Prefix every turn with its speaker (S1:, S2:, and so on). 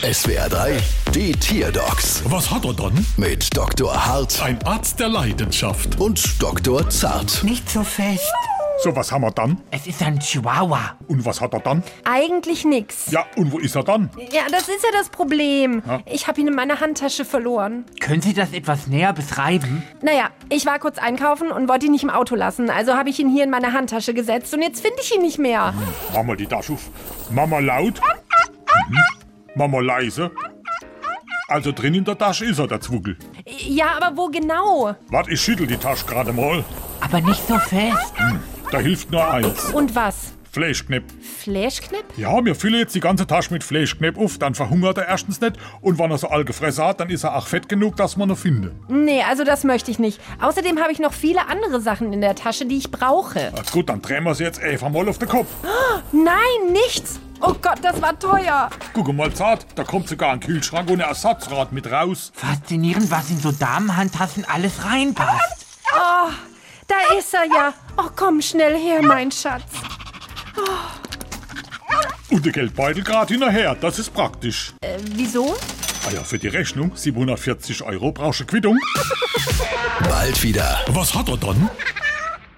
S1: SWR 3, die Tierdocs
S2: Was hat er dann?
S1: mit Dr. Hart
S2: Ein Arzt der Leidenschaft.
S1: und Dr. Zart.
S3: Nicht so fest.
S2: So, was haben wir dann?
S3: Es ist ein Chihuahua.
S2: Und was hat er dann?
S4: Eigentlich nix.
S2: Ja, und wo ist er dann?
S4: Ja, das ist ja das Problem. Ich habe ihn in meiner Handtasche verloren.
S3: Können Sie das etwas näher beschreiben?
S4: Naja, ich war kurz einkaufen und wollte ihn nicht im Auto lassen. Also habe ich ihn hier in meine Handtasche gesetzt und jetzt finde ich ihn nicht mehr.
S2: Mach mal die Tasche auf. Mama laut. Mhm. Mama leise. Also drin in der Tasche ist er, der Zwuckel.
S4: Ja, aber wo genau?
S2: Warte, ich schüttel die Tasche gerade mal.
S3: Aber nicht so fest.
S2: Da hilft nur eins.
S4: Und was?
S2: Fleischknepp.
S4: Flashknipp?
S2: Ja, wir füllen jetzt die ganze Tasche mit Fleischknepp auf, dann verhungert er erstens nicht und wenn er so all gefressen hat, dann ist er auch fett genug, dass man ihn findet.
S4: Nee, also das möchte ich nicht. Außerdem habe ich noch viele andere Sachen in der Tasche, die ich brauche.
S2: Na gut, dann drehen wir es jetzt einfach mal auf den Kopf.
S4: Nein, nichts. Oh Gott, das war teuer.
S2: Guck mal, Zart, da kommt sogar ein Kühlschrank ohne Ersatzrad mit raus.
S3: Faszinierend, was in so Damenhandtaschen alles reinpasst.
S4: Da ist er ja. Oh, komm schnell her, mein Schatz.
S2: Und der Geldbeutel gerade hinterher, das ist praktisch.
S4: Äh, wieso?
S2: Ah ja, für die Rechnung, 740 Euro, brauchst du Quittung.
S1: Bald wieder.
S2: Was hat er dann?